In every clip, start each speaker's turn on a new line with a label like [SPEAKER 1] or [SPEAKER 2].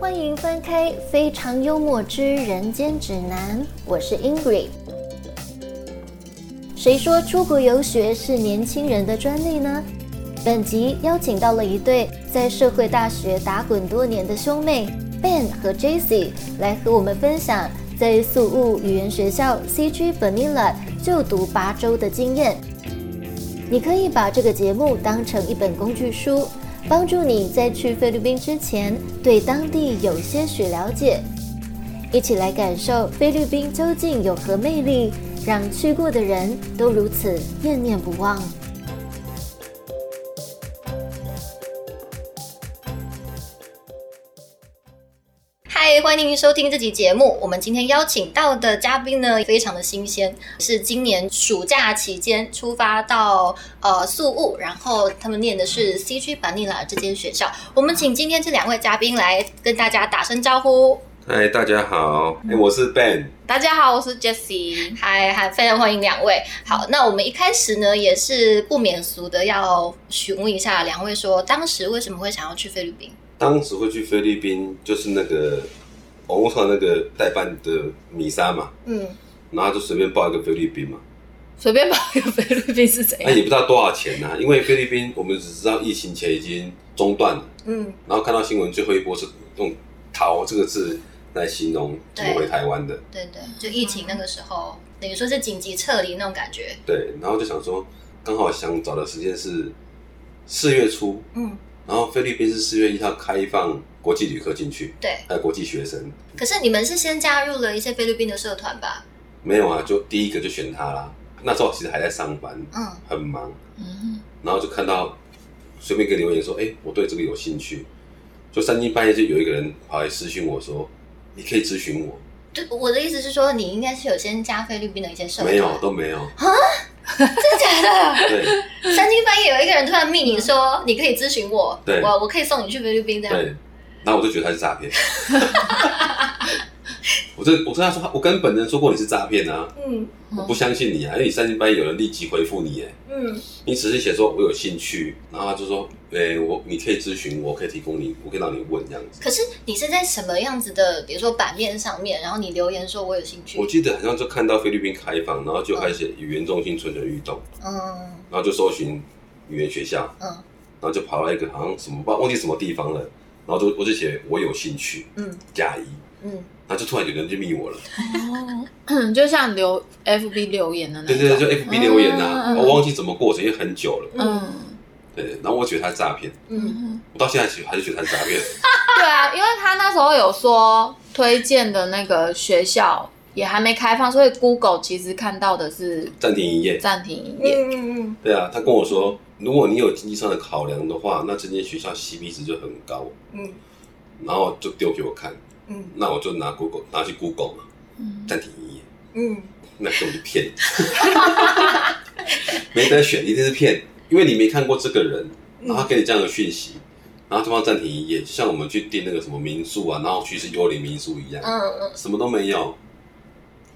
[SPEAKER 1] 欢迎翻开《非常幽默之人间指南》，我是 Ingrid。谁说出国游学是年轻人的专利呢？本集邀请到了一对在社会大学打滚多年的兄妹 Ben 和 Jesse，来和我们分享在宿务语言学校 CG Vanilla 就读八周的经验。你可以把这个节目当成一本工具书，帮助你在去菲律宾之前对当地有些许了解。一起来感受菲律宾究竟有何魅力，让去过的人都如此念念不忘。嗨，欢迎收听这期节目。我们今天邀请到的嘉宾呢，非常的新鲜，是今年暑假期间出发到呃宿务，然后他们念的是 CG Vanilla 这间学校。我们请今天这两位嘉宾来跟大家打声招呼。
[SPEAKER 2] 嗨，大家好，
[SPEAKER 1] 嗯
[SPEAKER 2] 哎、我是 Ben。
[SPEAKER 3] 大家好，我是 Jessie。
[SPEAKER 1] 嗨嗨，非常欢迎两位。好，那我们一开始呢，也是不免俗的要询问一下两位说，当时为什么会想要去菲律宾？
[SPEAKER 2] 当时会去菲律宾，就是那个网络上那个代办的米莎嘛，
[SPEAKER 1] 嗯，
[SPEAKER 2] 然后就随便报一个菲律宾嘛，
[SPEAKER 3] 随便报一个菲律宾是怎
[SPEAKER 2] 那、
[SPEAKER 3] 样？
[SPEAKER 2] 也不知道多少钱啊呐、因为菲律宾我们只知道疫情前已经中断了，
[SPEAKER 1] 嗯，
[SPEAKER 2] 然后看到新闻最后一波是用“逃”这个字来形容怎么回台湾的，
[SPEAKER 1] 对对，就疫情那个时候，等于说是紧急撤离那种感觉。
[SPEAKER 2] 对，然后就想说，刚好想找的时间是四月初，
[SPEAKER 1] 嗯，
[SPEAKER 2] 然后菲律宾是四月一号开放国际旅客进去，
[SPEAKER 1] 对。
[SPEAKER 2] 还有国际学生，
[SPEAKER 1] 可是你们是先加入了一些菲律宾的社团吧？
[SPEAKER 2] 没有啊，就第一个就选他啦。那时候其实还在上班，
[SPEAKER 1] 嗯
[SPEAKER 2] 很忙，
[SPEAKER 3] 嗯，
[SPEAKER 2] 然后就看到随便一个留言说：“哎、我对这个有兴趣。”就三更半夜就有一个人跑来私讯我说：“你可以咨询我。
[SPEAKER 1] 对，我的意思是说，你应该是有先加菲律宾的一些”社团。啊
[SPEAKER 2] 没有，都没有。
[SPEAKER 1] 真的假的？
[SPEAKER 2] 对
[SPEAKER 1] 三更半夜有一个人突然命你说，你可以咨询我，
[SPEAKER 2] 对
[SPEAKER 1] 我我可以送你去菲律宾这样。
[SPEAKER 2] 对，然后我就觉得他是诈骗。 我这我跟他说，我跟本人说过你是诈骗啊，
[SPEAKER 1] 嗯
[SPEAKER 2] 我不相信你啊，因为你三更半夜有人立即回复你，哎，
[SPEAKER 1] 嗯
[SPEAKER 2] 你只是写说我有兴趣，然后他就说，哎、我你可以咨询我，我可以提供你，我可以让你问这样子。
[SPEAKER 1] 可是你是在什么样子的，比如说版面上面，然后你留言说我有兴趣
[SPEAKER 2] 我，记得好像就看到菲律宾开放，然后就开始语言中心蠢蠢欲动，
[SPEAKER 1] 嗯
[SPEAKER 2] 然后就搜寻语言学校，
[SPEAKER 1] 嗯
[SPEAKER 2] 然后就跑到一个好像什么不知道忘记什么地方了，然后就我就写我有兴趣
[SPEAKER 1] 嗯
[SPEAKER 2] 加一，
[SPEAKER 1] 嗯，
[SPEAKER 2] 然后就突然有人就密我了，
[SPEAKER 3] 哦，就像留 FB 留言
[SPEAKER 1] 嗯
[SPEAKER 3] 的那
[SPEAKER 2] 对
[SPEAKER 3] 种。
[SPEAKER 2] 对对，就 FB 留言
[SPEAKER 3] 嗯
[SPEAKER 2] 呐、
[SPEAKER 3] 嗯嗯
[SPEAKER 2] 我忘记怎么过程，因为很久了，
[SPEAKER 3] 嗯
[SPEAKER 2] 对，然后我觉得他是诈骗，
[SPEAKER 1] 嗯
[SPEAKER 3] 嗯，
[SPEAKER 2] 我到现在其实还是觉得他是诈骗，
[SPEAKER 3] 对啊，因为他那时候有说推荐的那个学校也还没开放，所以 Google 其实看到的是
[SPEAKER 2] 暂停营业，
[SPEAKER 3] 暂停营业。
[SPEAKER 1] 嗯嗯
[SPEAKER 2] 对啊，他跟我说，如果你有经济上的考量的话，那这间学校 CP 值就很高，
[SPEAKER 1] 嗯
[SPEAKER 2] 然后就丢给我看，
[SPEAKER 1] 嗯
[SPEAKER 2] 那我就拿 Google 拿去 Google 嘛，
[SPEAKER 3] 嗯，
[SPEAKER 2] 暂停营业。
[SPEAKER 1] 嗯
[SPEAKER 2] 那根本就骗你， 没得选，一定是骗，因为你没看过这个人，然后他给你这样的讯息，然后对方暂停营业，就像我们去订那个什么民宿啊，然后去是幽灵民宿一样，
[SPEAKER 1] 嗯
[SPEAKER 2] 什么都没有，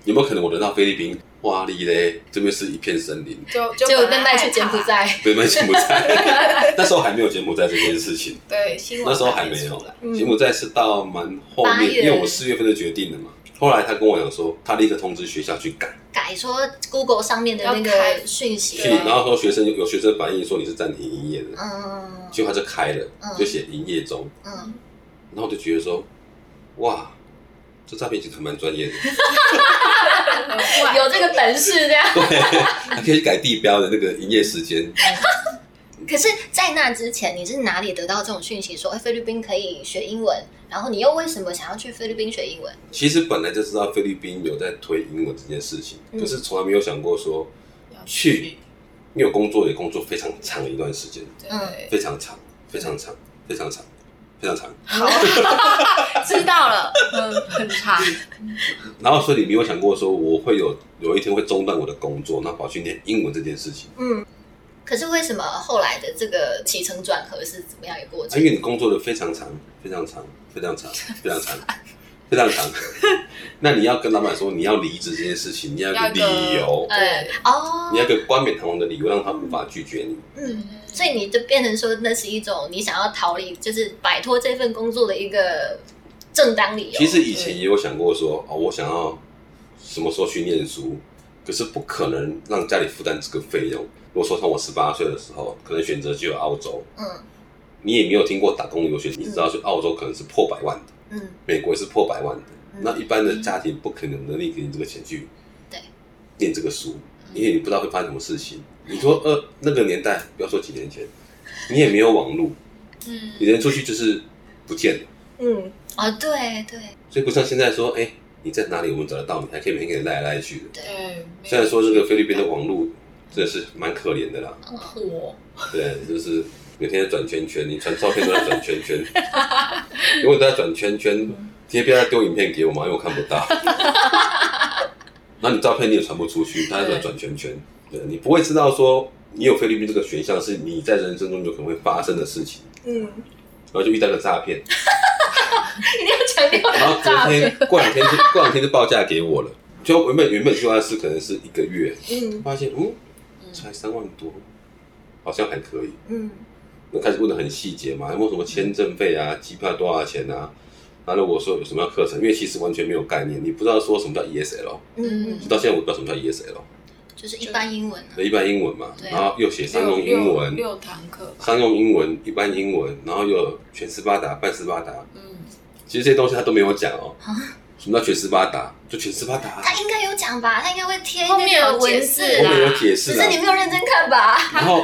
[SPEAKER 2] 有没有可能我人到菲律宾？哇哩嘞，这边是一片森林，
[SPEAKER 3] 就就
[SPEAKER 1] 嗯，结果被卖去柬埔。寨。
[SPEAKER 2] 对面柬埔寨，那时候还没有柬埔寨这件事情，
[SPEAKER 3] 对，新
[SPEAKER 2] 那时候还没有
[SPEAKER 1] 嗯，
[SPEAKER 2] 柬埔寨是到蛮后
[SPEAKER 1] 八
[SPEAKER 2] 面，
[SPEAKER 1] 月
[SPEAKER 2] 因为我们四月份就决定了嘛。后来他跟我讲说，他立刻通知学校去改。
[SPEAKER 1] 改说 Google 上面的那
[SPEAKER 3] 要开
[SPEAKER 1] 个讯息
[SPEAKER 2] 去，
[SPEAKER 3] 对啊
[SPEAKER 2] 然后说学生有有学生反映说你是暂停营业的，
[SPEAKER 1] 嗯
[SPEAKER 2] 结果他就开了
[SPEAKER 1] 嗯，
[SPEAKER 2] 就写营业中，
[SPEAKER 1] 嗯，
[SPEAKER 2] 然后我就觉得说，哇，这诈骗集团蛮专业的，
[SPEAKER 1] 有这个本事这样。
[SPEAKER 2] 对，还可以改地标的那个营业时间，
[SPEAKER 1] 可是，在那之前，你是哪里得到这种讯息说，哎，菲律宾可以学英文？然后你又为什么想要去菲律宾学英文？
[SPEAKER 2] 其实本来就知道菲律宾有在推英文这件事情，
[SPEAKER 1] 嗯
[SPEAKER 2] 可是从来没有想过说去，因为我工作也工作非常长一段时间，
[SPEAKER 1] 嗯
[SPEAKER 3] 对，
[SPEAKER 2] 非常长，非常长，非常长，非常长，
[SPEAKER 3] 好，知道了，嗯，很差，
[SPEAKER 2] 然后所以你没有想过说我会有有一天会中断我的工作，然后跑去念英文这件事情。
[SPEAKER 1] 嗯。可是为什么后来的这个起承转合是怎么样一个过
[SPEAKER 2] 啊
[SPEAKER 1] 程
[SPEAKER 2] 因？为你工作的非常长，非常长，非常 长，非常长，非常长。那你要跟老板说你要离职这件事情，你要有
[SPEAKER 3] 要
[SPEAKER 2] 个理由，
[SPEAKER 3] 对，
[SPEAKER 1] 哦
[SPEAKER 2] 你，要有个冠冕堂皇的理由，让他无法拒绝你。
[SPEAKER 1] 嗯，所以你就变成说，那是一种你想要逃离，就是摆脱这份工作的一个
[SPEAKER 4] 正当理由。
[SPEAKER 2] 其实以前也有想过说，哦，我想要什么时候去念书，可是不可能让家里负担这个费用。如果说从我十八岁的时候，可能选择去了澳洲，
[SPEAKER 4] 嗯
[SPEAKER 2] 你也没有听过打工留学，你知道去澳洲可能是破百万的，
[SPEAKER 4] 嗯，
[SPEAKER 2] 美国也是破百万的。
[SPEAKER 4] 嗯
[SPEAKER 2] 那一般的家庭不可能有能力给你这个钱去
[SPEAKER 4] 对
[SPEAKER 2] 念这个书，因为你不知道会发生什么事情。你说呃那个年代，不要说几年前，你也没有网络，
[SPEAKER 3] 嗯
[SPEAKER 2] 你人出去就是不见了，
[SPEAKER 4] 嗯，
[SPEAKER 1] 啊、对对，
[SPEAKER 2] 所以不像现在说，哎、你在哪里我们找得到你，还可以每天给你赖来赖去的。
[SPEAKER 3] 对，
[SPEAKER 2] 虽然说这个菲律宾的网络真的是蛮可怜的啦，
[SPEAKER 4] 火，
[SPEAKER 2] 对，就是每天转圈圈，你传照片都在转圈圈， 因为都在转圈圈，贴边在丢影片给我嘛，因为我看不到。然后你照片你也传不出去，他在转圈圈，对你不会知道说你有菲律宾这个选项是你在人生中有可能会发生的事情，
[SPEAKER 4] 嗯，
[SPEAKER 2] 然后就遇到个诈骗，
[SPEAKER 4] 一定要强
[SPEAKER 2] 然后
[SPEAKER 4] 调
[SPEAKER 2] 隔
[SPEAKER 4] 诈骗
[SPEAKER 2] 天，过两天就过两天就报价给我了，就原本原本计划是可能是一个月，
[SPEAKER 4] 嗯
[SPEAKER 2] 发现嗯才三万多，好像还可以，
[SPEAKER 4] 嗯
[SPEAKER 2] 那开始问的很细节嘛，有没有什么签证费啊、机票多少钱啊？然后我说有什么样课程，因为其实完全没有概念，你不知道说什么叫 ESL，
[SPEAKER 4] 嗯
[SPEAKER 2] 直到现在我不知道什么叫 ESL，
[SPEAKER 1] 就是一般英文啊。
[SPEAKER 2] 那一般英文嘛，
[SPEAKER 1] 对啊
[SPEAKER 2] 然后又写商用英文、
[SPEAKER 3] 六堂课吧，
[SPEAKER 2] 商用英文、一般英文，然后又有全斯巴达、半斯巴达，
[SPEAKER 3] 嗯，
[SPEAKER 2] 其实这些东西他都没有讲哦。什么叫全斯巴达？就全斯巴达啊，
[SPEAKER 4] 他应该有讲吧？他应该会贴
[SPEAKER 3] 后面
[SPEAKER 4] 那个
[SPEAKER 3] 有
[SPEAKER 4] 文
[SPEAKER 3] 解
[SPEAKER 4] 字
[SPEAKER 3] 释
[SPEAKER 2] 后
[SPEAKER 4] 啦，
[SPEAKER 2] 面有解释
[SPEAKER 4] 只
[SPEAKER 2] 啊
[SPEAKER 4] 是你。没有认真看吧？
[SPEAKER 2] 然后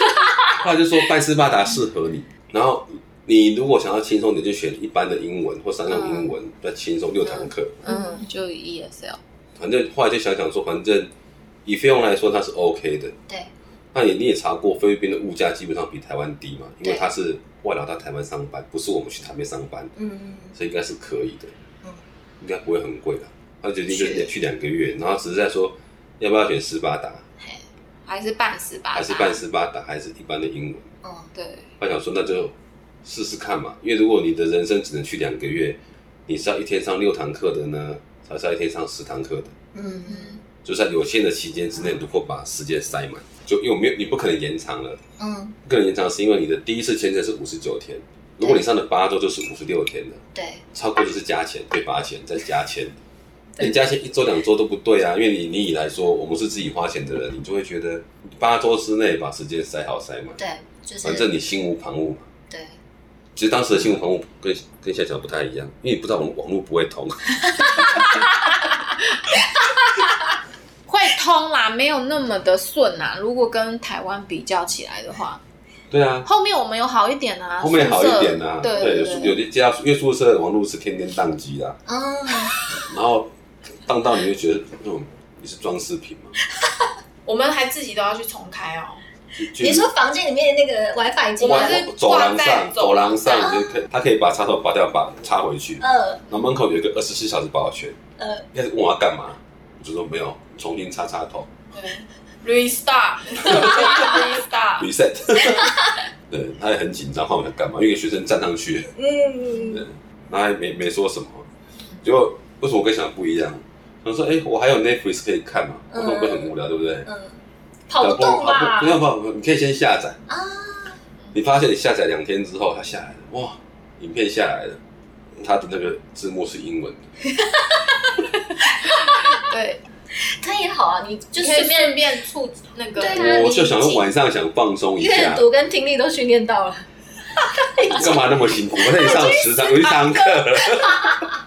[SPEAKER 2] 后来就说半斯巴达适合你，然后你如果想要轻松点，就选一般的英文或商用英
[SPEAKER 4] 嗯
[SPEAKER 2] 文，比较轻松六堂课。
[SPEAKER 3] 嗯，就 ESL，
[SPEAKER 2] 反正后来就想想说，反正以费用来说，它是 OK 的。
[SPEAKER 1] 对。
[SPEAKER 2] 那你你也查过，菲律宾的物价基本上比台湾低嘛，因为
[SPEAKER 4] 对
[SPEAKER 2] 它是外劳到台湾上班，不是我们去台北上班，
[SPEAKER 4] 嗯
[SPEAKER 2] 所以应该是可以的，
[SPEAKER 4] 嗯
[SPEAKER 2] 应该不会很贵的。他决定就是是去两个月，然后只是在说要不要选斯巴达，
[SPEAKER 3] 还是半十八，
[SPEAKER 2] 还是半，斯巴达，还是一般的英文。
[SPEAKER 4] 嗯
[SPEAKER 3] 对，
[SPEAKER 2] 他想说那就试试看嘛，因为如果你的人生只能去两个月，你是要一天上六堂课的呢，还是要一天上十堂课的？
[SPEAKER 4] 嗯
[SPEAKER 2] 就是在有限的期间之内，如何把时间塞满，就因为没有你不可能延长了，
[SPEAKER 4] 嗯，
[SPEAKER 2] 不可能延长是因为你的第一次签证是五十九天，如果你上了八周就是五十六天了，
[SPEAKER 4] 对，
[SPEAKER 2] 超过就是加钱被罚钱再加钱，你加钱一周两周都不对啊，因为你你以来说我们是自己花钱的人，你就会觉得八周之内把时间塞好塞满，
[SPEAKER 4] 对，就是
[SPEAKER 2] 反正你心无旁骛嘛。
[SPEAKER 4] 对，
[SPEAKER 2] 其实当时的心无旁骛跟跟现在想的不太一样，因为你不知道我们网络不会通，
[SPEAKER 3] 会通啦，没有那么的顺啦。如果跟台湾比较起来的话，
[SPEAKER 2] 对啊，
[SPEAKER 3] 后面我们有好一点啊，
[SPEAKER 2] 后面好一点呐、
[SPEAKER 3] 宿舍对
[SPEAKER 2] 对，有宿有
[SPEAKER 3] 对，
[SPEAKER 2] 些家因为宿舍的网络是天天宕机啦，
[SPEAKER 4] 嗯，
[SPEAKER 2] 然后荡到你会觉得那种你是装饰品吗？
[SPEAKER 5] 我们还自己都要去重开哦。
[SPEAKER 2] 就
[SPEAKER 4] 你说房间里面那个 WiFi 机
[SPEAKER 5] 我
[SPEAKER 4] 吗？
[SPEAKER 5] 们是
[SPEAKER 2] 走廊
[SPEAKER 5] 挂在
[SPEAKER 2] 上，走廊
[SPEAKER 4] 走
[SPEAKER 2] 上
[SPEAKER 4] 廊
[SPEAKER 2] 你就可以，他可以把插头拔掉，把插回去。
[SPEAKER 4] 呃
[SPEAKER 2] 然后门口有一个二十四小时保全，
[SPEAKER 4] 呃，
[SPEAKER 2] 一开始问我要干嘛，我就说没有，重新插插头
[SPEAKER 5] 对，restart，restart，
[SPEAKER 2] ，reset。对，他也很紧张，换我要干嘛？因为学生站上去，
[SPEAKER 4] 嗯，
[SPEAKER 2] 然后也没没说什么。结果为什么我跟想的不一样？他说：“哎、我还有 Netflix 可以看嘛？”我说：“我会很无聊，对不对？”
[SPEAKER 4] 嗯，跑不
[SPEAKER 2] 啊
[SPEAKER 4] 动吧
[SPEAKER 2] 不不？用跑不动，你可以先下载。
[SPEAKER 4] 啊，
[SPEAKER 2] 你发现你下载两天之后，它下来了，哇，影片下来了，它的那个字幕是英文的，
[SPEAKER 3] 对，
[SPEAKER 4] 它也好啊，你
[SPEAKER 5] 就
[SPEAKER 4] 就随
[SPEAKER 5] 是
[SPEAKER 4] 便
[SPEAKER 5] 顺便促那个
[SPEAKER 4] 对啊
[SPEAKER 2] 我就想说晚上想放松一
[SPEAKER 4] 阅
[SPEAKER 2] 下，
[SPEAKER 4] 读跟听力都训练到了。
[SPEAKER 2] 干嘛那么辛苦？我在你上十堂，我去上课了。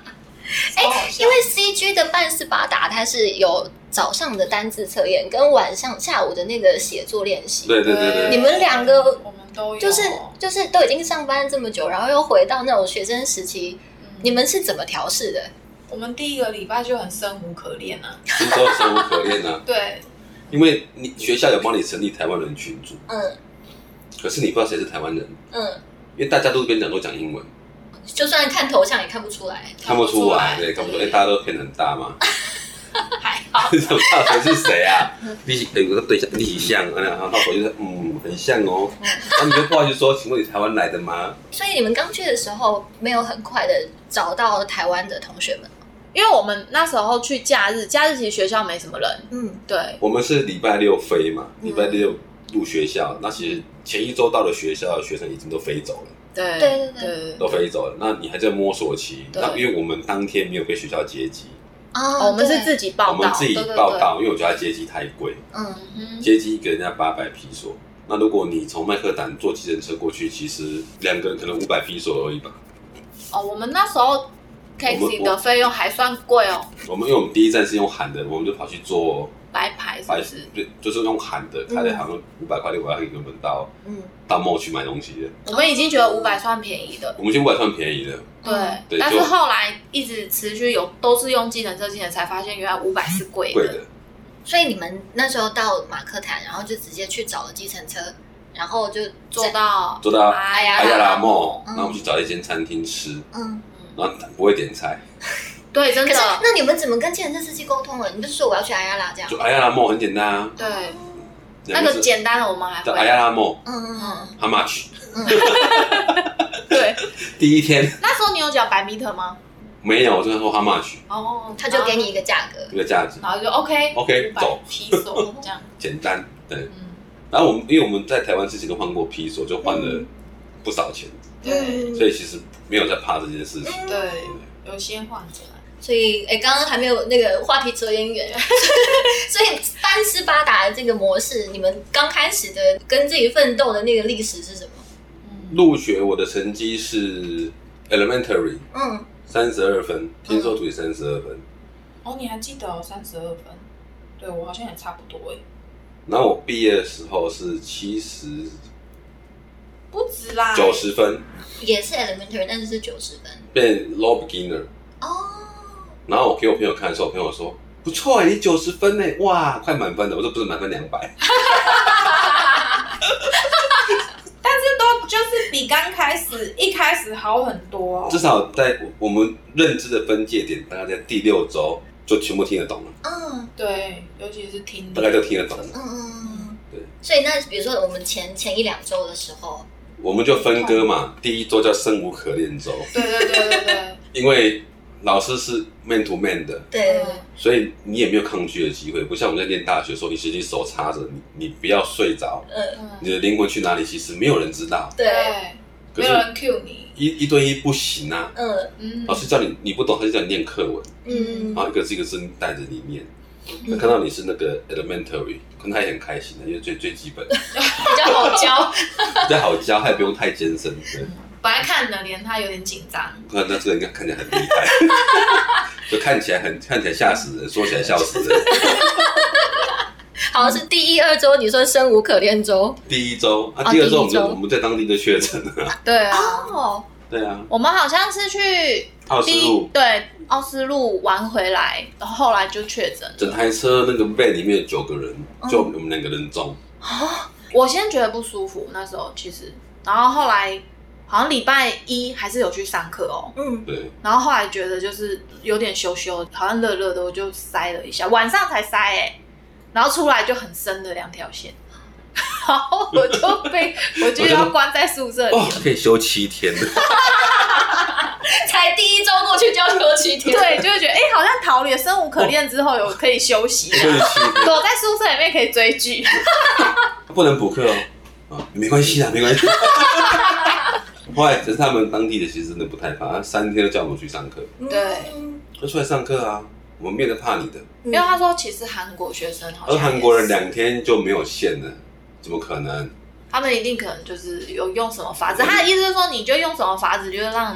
[SPEAKER 5] 哎
[SPEAKER 4] 因为 CG 的半斯巴达它是有早上的单字测验跟晚上下午的那个写作练习。
[SPEAKER 2] 对对对对，
[SPEAKER 4] 你们两个
[SPEAKER 5] 我们都有，哦
[SPEAKER 4] 就是就是都已经上班这么久，然后又回到那种学生时期，你们是怎么调试的？
[SPEAKER 5] 嗯我们第一个礼拜就很生无可恋啊。
[SPEAKER 2] 听说生无可恋啊，
[SPEAKER 5] 对，
[SPEAKER 2] 因为你学校有帮你成立台湾人群组，
[SPEAKER 4] 嗯
[SPEAKER 2] 可是你不知道谁是台湾人，
[SPEAKER 4] 嗯，
[SPEAKER 2] 因为大家都跟你讲都讲英文，
[SPEAKER 4] 就算看头像也看不出来。
[SPEAKER 2] 看不出来，对，看不出来，哎大家都骗很大嘛。你 怎么知道谁是谁啊？你是有个对象，你很像，然后他手就是嗯，很像哦。那你就不好意思说，请问你台湾来的吗？
[SPEAKER 4] 所以你们刚去的时候没有很快的找到台湾的同学们。
[SPEAKER 3] 因为我们那时候去假日，假日其实学校没什么人，
[SPEAKER 4] 嗯
[SPEAKER 3] 对，
[SPEAKER 2] 我们是礼拜六飞嘛，
[SPEAKER 4] 嗯
[SPEAKER 2] 礼拜六入学校，那其实前一周到了学校，学生已经都飞走了。
[SPEAKER 3] 对
[SPEAKER 4] 对对对
[SPEAKER 3] 对
[SPEAKER 2] 都飞走了，那你还在摸索期。
[SPEAKER 3] 对
[SPEAKER 2] 那因为我们当天没有被学校接机，
[SPEAKER 4] 啊，
[SPEAKER 3] 哦我们是
[SPEAKER 4] 对
[SPEAKER 3] 自己
[SPEAKER 2] 我
[SPEAKER 3] 报
[SPEAKER 2] 们
[SPEAKER 3] 道，
[SPEAKER 2] 自己
[SPEAKER 4] 对对对
[SPEAKER 2] 报到，因为我觉得它接机太贵，
[SPEAKER 4] 嗯
[SPEAKER 3] 嗯
[SPEAKER 2] 接机一个人要八百披索。那如果你从麦克坦坐计程车过去，其实两个人可能五百披索而已吧。
[SPEAKER 3] 哦，我们那时候 k a s e
[SPEAKER 2] 我
[SPEAKER 3] 的费用还算贵哦，
[SPEAKER 2] 我们因为我们第一站是用喊的，我们就跑去坐
[SPEAKER 3] 白牌是嗯
[SPEAKER 2] 白
[SPEAKER 3] 不是？
[SPEAKER 2] 对，就是用喊的，开了好像五百块六百块给我们到
[SPEAKER 4] 嗯，
[SPEAKER 2] 到 mall 去买东西的。
[SPEAKER 3] 我们已经觉得五百算便宜的，
[SPEAKER 2] 我们去五百算便宜的，
[SPEAKER 4] 嗯
[SPEAKER 3] 对。
[SPEAKER 2] 嗯对
[SPEAKER 3] 但是
[SPEAKER 2] 就
[SPEAKER 3] 后来一直持续有都是用计程车，计程才发现原来五百是贵
[SPEAKER 2] 贵
[SPEAKER 3] 的。
[SPEAKER 2] 的。
[SPEAKER 4] 所以你们那时候到马克坦，然后就直接去找了计程车，然后就
[SPEAKER 3] 做到
[SPEAKER 2] 坐到
[SPEAKER 3] 哎呀
[SPEAKER 2] 阿亚拉莫，然
[SPEAKER 4] 嗯
[SPEAKER 2] 后我们去找一间餐厅吃，
[SPEAKER 4] 嗯，
[SPEAKER 2] 然后不会点菜，
[SPEAKER 3] 对，真
[SPEAKER 4] 可是
[SPEAKER 3] 的，
[SPEAKER 4] 那你们怎么跟计程车司机沟通了？你不是说我要去阿亚拉这样
[SPEAKER 2] 就
[SPEAKER 4] 吗？
[SPEAKER 2] 阿亚拉莫很简单啊，
[SPEAKER 3] 对，
[SPEAKER 2] 两
[SPEAKER 3] 那个
[SPEAKER 2] 字
[SPEAKER 3] 简单的我们还
[SPEAKER 2] 叫阿亚
[SPEAKER 3] 会。
[SPEAKER 2] 拉莫
[SPEAKER 4] 嗯嗯嗯。
[SPEAKER 2] ，How much？
[SPEAKER 3] 对，
[SPEAKER 2] 第一天
[SPEAKER 3] 那时候你有讲白 meter 吗？
[SPEAKER 2] 没有，我就跟他说 How much
[SPEAKER 3] 哦，
[SPEAKER 4] 他就给你一个价格，
[SPEAKER 2] 这个价值
[SPEAKER 5] 然后就 OK
[SPEAKER 2] OK，
[SPEAKER 5] 500
[SPEAKER 2] 走
[SPEAKER 5] 披 索这样，
[SPEAKER 2] 简单，对。
[SPEAKER 5] 嗯，
[SPEAKER 2] 然后我们因为我们在台湾之前都换过披索，就换了不少钱，
[SPEAKER 4] 嗯
[SPEAKER 5] 对
[SPEAKER 2] 所以其实没有在怕这件事情。
[SPEAKER 5] 对，有些患者
[SPEAKER 4] 所以哎，刚刚还没有那个话题扯远 远，所以班斯巴达的这个模式，你们刚开始的跟自己奋斗的那个历史是什么？
[SPEAKER 5] 嗯
[SPEAKER 2] 入学我的成绩是 elementary
[SPEAKER 4] 嗯，
[SPEAKER 2] 三十二分，听说读也三十二分。
[SPEAKER 5] 哦，你还记得哦，三十二分，对我好像也差不多哎，
[SPEAKER 2] 然后我毕业的时候是七十
[SPEAKER 5] 不止啦，
[SPEAKER 2] 九十分，
[SPEAKER 4] 也是 elementary，但是是九十分
[SPEAKER 2] 变 low beginner。
[SPEAKER 4] 哦，
[SPEAKER 2] 然后我给我朋友看的时候，我朋友说不错哎，你九十分哎，哇，快满分了。我说不是满分两百，
[SPEAKER 5] 但是都就是比刚开始一开始好很多、
[SPEAKER 2] 至
[SPEAKER 5] 哦。
[SPEAKER 2] 少在我们认知的分界点，大概在第六周就全部听得懂了，
[SPEAKER 4] 嗯
[SPEAKER 5] 对，尤其是听力，
[SPEAKER 2] 大概就听得懂了。
[SPEAKER 4] 嗯嗯，
[SPEAKER 2] 对
[SPEAKER 4] 嗯，所以那比如说我们前前一两周的时候，
[SPEAKER 2] 我们就分割嘛，第一周叫生无可恋周，
[SPEAKER 5] 对对对对对，
[SPEAKER 2] 因为老师是 man to man 的，
[SPEAKER 4] 对，
[SPEAKER 5] 嗯
[SPEAKER 2] 所以你也没有抗拒的机会，不像我们在念大学的时候，你其实你手插着，你你不要睡着，
[SPEAKER 5] 嗯，
[SPEAKER 2] 你的灵魂去哪里，其实没有人知道。
[SPEAKER 4] 对，
[SPEAKER 5] 对，
[SPEAKER 2] 可
[SPEAKER 5] 没有
[SPEAKER 2] 是
[SPEAKER 5] 人 cue 你，
[SPEAKER 2] 一一对一不行啊，
[SPEAKER 4] 嗯
[SPEAKER 5] 嗯
[SPEAKER 2] 老师叫你你不懂，他就叫你念课文，
[SPEAKER 4] 嗯
[SPEAKER 2] 然后一个字一个字带着你念。那看到你是那个 elementary，可能他也很开心的，因为最最基本，
[SPEAKER 4] 比较好教，
[SPEAKER 2] 比较好教，他也不用太艰深。对，
[SPEAKER 3] 本来看的连他有点紧张，
[SPEAKER 2] 那那这个应该看起来很厉害， 就看起来很看起来吓死人，说起来笑死人。
[SPEAKER 4] 好像是第一二周你说生无可恋周
[SPEAKER 2] 第一周啊，
[SPEAKER 4] 啊
[SPEAKER 2] 第二周我们
[SPEAKER 4] 第一
[SPEAKER 2] 就
[SPEAKER 4] 周
[SPEAKER 2] 我们在当地就确诊了。
[SPEAKER 3] 对啊，
[SPEAKER 4] 哦，
[SPEAKER 2] 对啊，
[SPEAKER 3] 我们好像是去
[SPEAKER 2] 奥斯
[SPEAKER 3] 第一
[SPEAKER 2] 陆
[SPEAKER 3] 对奥斯陆玩回来，然后后来就确诊
[SPEAKER 2] 整
[SPEAKER 3] 了。
[SPEAKER 2] 台车那个 van 里面有九个人，
[SPEAKER 4] 哦
[SPEAKER 2] 就我们两个人中。
[SPEAKER 3] 我先觉得不舒服，那时候其实，然后后来好像礼拜一还是有去上课哦，
[SPEAKER 4] 嗯
[SPEAKER 2] 对，
[SPEAKER 3] 然后后来觉得就是有点羞羞，好像热热的，我就塞了一下，晚上才塞哎、然后出来就很深的两条线，然后我就被我就要关在宿
[SPEAKER 4] 呃
[SPEAKER 3] 舍里
[SPEAKER 2] 哦
[SPEAKER 3] 了。，
[SPEAKER 2] 可以休七 天。
[SPEAKER 4] 才第一周过去就要休七天，
[SPEAKER 3] 对，就会觉得哎、好像逃离了生无可恋之后有可以休息
[SPEAKER 2] 休
[SPEAKER 3] 了，
[SPEAKER 2] 息
[SPEAKER 3] 躲在宿舍里面可以追剧。
[SPEAKER 2] 不能补课哦。啊，没关系啦，没 关系。后来可是他们当地的其实真的不太怕，他三天都叫我们去上课，
[SPEAKER 4] 嗯
[SPEAKER 3] 对
[SPEAKER 2] 就出来上课啊。我们没有在怕你的，
[SPEAKER 3] 因为他说其实韩国学生好
[SPEAKER 2] 而
[SPEAKER 3] 像
[SPEAKER 2] 呃韩国人
[SPEAKER 3] 也是
[SPEAKER 2] 两天就没有线了，怎么可能？
[SPEAKER 3] 他们一定可能就是有用什么法子，他的意思是说你就用什么法子，就是让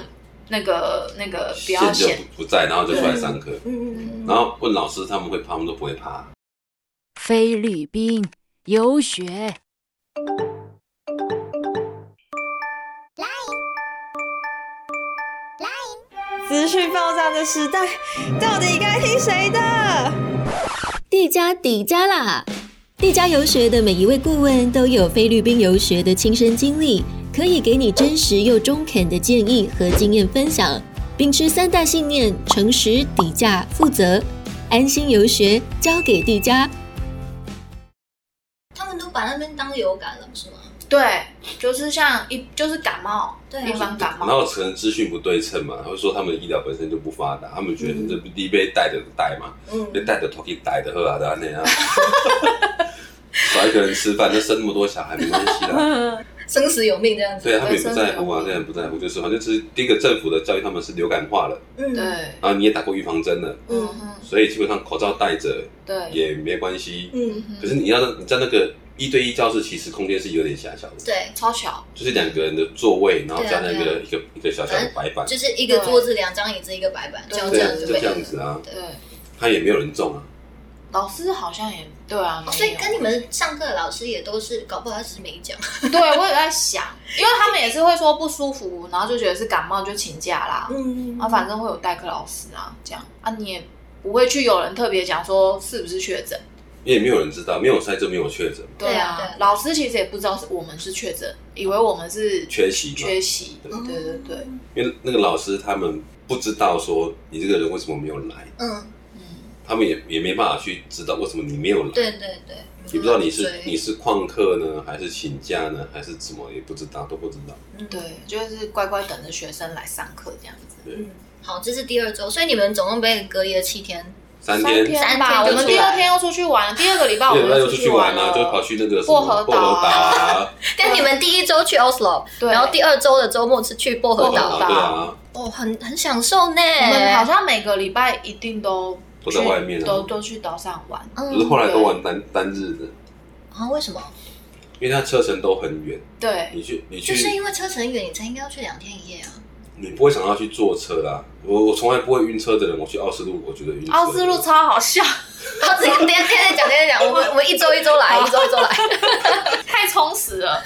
[SPEAKER 3] 那个那个不要
[SPEAKER 2] 线就
[SPEAKER 3] 显
[SPEAKER 2] 不不在，然后就出来上课。
[SPEAKER 4] 嗯嗯嗯
[SPEAKER 2] 然后问老师，他们会怕，他们都不会怕。
[SPEAKER 6] 菲律宾游学。
[SPEAKER 7] 资讯爆炸的时代，到底该听谁的？
[SPEAKER 8] 地加底加啦！地加游学的每一位顾问都有菲律宾游学的亲身经历，可以给你真实又中肯的建议和经验分享。秉持三大信念：诚实、底价、负责，安心游学交给地加。
[SPEAKER 4] 他们都把那边当流感了，不是吗？
[SPEAKER 3] 对，就是像一就是感冒，
[SPEAKER 4] 对啊
[SPEAKER 3] 一般感
[SPEAKER 2] 然
[SPEAKER 3] 冒，
[SPEAKER 2] 后可能资讯不对称嘛，然后说他们医疗本身就不发达，他们觉得这你被带着带嘛，
[SPEAKER 4] 嗯
[SPEAKER 2] 被带着头给带的喝啊 的那样。少一个人吃饭，就生那么多小孩没关系啦。
[SPEAKER 4] 生死有命这样子。
[SPEAKER 2] 对啊，他们也不在乎啊，现在不在乎，就是反正就是第一个政府的教育他们是流感化了，
[SPEAKER 4] 嗯，
[SPEAKER 3] 对，
[SPEAKER 2] 然后你也打过预防针了，
[SPEAKER 3] 嗯
[SPEAKER 4] 嗯
[SPEAKER 3] 哼，
[SPEAKER 2] 所以基本上口罩戴着
[SPEAKER 3] 对，
[SPEAKER 2] 也没关系。
[SPEAKER 4] 嗯，
[SPEAKER 2] 可是你要你在那个一对一教室，其实空间是有点狭小的，
[SPEAKER 4] 对，
[SPEAKER 3] 超巧，
[SPEAKER 2] 就是两个人的座位，然后加那
[SPEAKER 4] 对
[SPEAKER 2] 个一个一个小小的白板，
[SPEAKER 4] 就是一个桌子两张椅子一个白板，就
[SPEAKER 3] 对
[SPEAKER 4] 要这
[SPEAKER 2] 对啊，就这
[SPEAKER 4] 样子背。
[SPEAKER 2] 样子啊，
[SPEAKER 3] 对，
[SPEAKER 2] 他也没有人中啊，
[SPEAKER 3] 老师好像也对啊，没有
[SPEAKER 4] 哦所以跟你们上课的老师也都是，搞不好他只是没讲。
[SPEAKER 3] 对我也在想，因为他们也是会说不舒服，然后就觉得是感冒就请假啦，
[SPEAKER 4] 嗯
[SPEAKER 3] 然后哦反正会有代课老师啊，这样啊你也不会去有人特别讲说是不是确诊，
[SPEAKER 2] 因为也没有人知道，没有筛就没有确诊，
[SPEAKER 3] 对
[SPEAKER 4] 对啊对啊
[SPEAKER 3] 啊，老师其实也不知道是我们是确诊，以为我们是
[SPEAKER 2] 缺席嘛
[SPEAKER 3] 缺席，对
[SPEAKER 4] 哦
[SPEAKER 2] 对
[SPEAKER 3] 对对，
[SPEAKER 2] 因为那个老师他们不知道说你这个人为什么没有来，
[SPEAKER 4] 嗯，
[SPEAKER 2] 他们也也没办法去知道为什么你没有来，
[SPEAKER 4] 对对对，
[SPEAKER 2] 也不知道你是
[SPEAKER 4] 对
[SPEAKER 2] 你是旷课呢，还是请假呢，还是怎么也不知道，都不知道。
[SPEAKER 4] 嗯
[SPEAKER 3] 对，就是乖乖等着学生来上课这样子。
[SPEAKER 4] 嗯好，这是第二周，所以你们总共被隔离了七天。
[SPEAKER 2] 三天，
[SPEAKER 4] 三天
[SPEAKER 3] 吧，
[SPEAKER 4] 就
[SPEAKER 3] 我们
[SPEAKER 4] 出
[SPEAKER 3] 第
[SPEAKER 4] 来
[SPEAKER 3] 二天又出去玩，第二个礼拜我
[SPEAKER 2] 对，
[SPEAKER 3] 们
[SPEAKER 2] 那又
[SPEAKER 3] 出
[SPEAKER 2] 出去玩
[SPEAKER 3] 了，
[SPEAKER 2] 啊，就跑去那个什
[SPEAKER 3] 薄
[SPEAKER 2] 么
[SPEAKER 3] 荷
[SPEAKER 2] 薄荷
[SPEAKER 3] 岛
[SPEAKER 2] 岛啊，
[SPEAKER 4] 但你们第一周去 Oslo，
[SPEAKER 3] 对
[SPEAKER 4] 然后第二周的周末是去薄荷
[SPEAKER 2] 薄荷
[SPEAKER 4] 岛
[SPEAKER 2] 岛，，对啊，
[SPEAKER 4] 哦，很很享受呢。
[SPEAKER 3] 我们好像每个礼拜一定都
[SPEAKER 2] 都在
[SPEAKER 3] 去
[SPEAKER 2] 外面啊
[SPEAKER 3] 都都去岛上玩。
[SPEAKER 2] 可是
[SPEAKER 4] 嗯
[SPEAKER 2] 后来都玩单单日的，
[SPEAKER 4] 啊，为什么？
[SPEAKER 2] 因为它车程都很远，
[SPEAKER 3] 对，
[SPEAKER 2] 你去你去
[SPEAKER 4] 就是因为车程远，你才应该要去两天一夜啊。
[SPEAKER 2] 你不会想要去坐车啦。我我从来不会晕车的人，我去奥斯陆，我觉得晕车。
[SPEAKER 3] 奥斯陆啊超好笑，
[SPEAKER 4] 好，这个等一下等一下再讲，等一 下再讲，我们我们一周一周来，一周一周来。
[SPEAKER 3] 太充实了。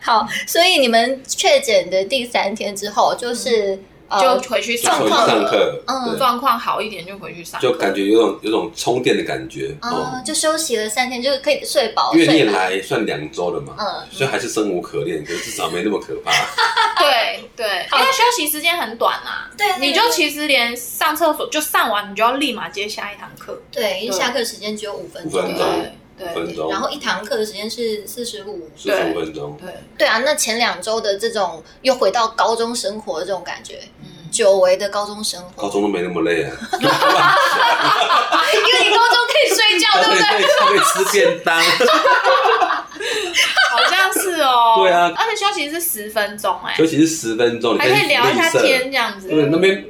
[SPEAKER 4] 好，所以你们确诊的第三天之后， 就是、呃，
[SPEAKER 3] 嗯就回去
[SPEAKER 2] 就
[SPEAKER 3] 上
[SPEAKER 2] 回去
[SPEAKER 3] 课
[SPEAKER 2] 上
[SPEAKER 3] 了，
[SPEAKER 2] 课，
[SPEAKER 4] 嗯
[SPEAKER 2] 对
[SPEAKER 3] 状况好一点就回去上课，
[SPEAKER 2] 就感觉有种有种充电的感觉
[SPEAKER 4] 啊、
[SPEAKER 2] 哦。
[SPEAKER 4] 就休息了三天，就是可以睡饱。
[SPEAKER 2] 因为你也
[SPEAKER 4] 睡满
[SPEAKER 2] 来算两周了嘛，
[SPEAKER 4] 嗯
[SPEAKER 2] 所以还是生无可恋，可是至少没那么可怕。
[SPEAKER 3] 对对，因为休息时间很短啊呐、
[SPEAKER 4] 对对对
[SPEAKER 3] 你就其实连上厕所就上完，你就要立马接下一堂课，
[SPEAKER 4] 对，因为下课时间只有五分
[SPEAKER 2] 五
[SPEAKER 4] 钟，
[SPEAKER 2] 分钟
[SPEAKER 3] 对，对
[SPEAKER 2] 五分钟，
[SPEAKER 4] 然后一堂课的时间是四十五。
[SPEAKER 2] 四十五分钟，
[SPEAKER 3] 对，
[SPEAKER 4] 对啊，那前两周的这种又回到高中生活的这种感觉，
[SPEAKER 3] 嗯，
[SPEAKER 4] 久违的高中生活，
[SPEAKER 2] 高中都没那么 累啊，
[SPEAKER 4] 因为你高中可以睡觉，
[SPEAKER 2] 他
[SPEAKER 4] 对
[SPEAKER 2] 可以可
[SPEAKER 4] 不对？
[SPEAKER 2] 以他可以吃便当，，
[SPEAKER 3] 好像是哦
[SPEAKER 2] 对啊
[SPEAKER 3] 而且休息是十分钟哎、
[SPEAKER 2] 尤其是十分钟，你
[SPEAKER 3] 还可以聊一下
[SPEAKER 2] 绿色
[SPEAKER 3] 天这样子。
[SPEAKER 2] 对，那边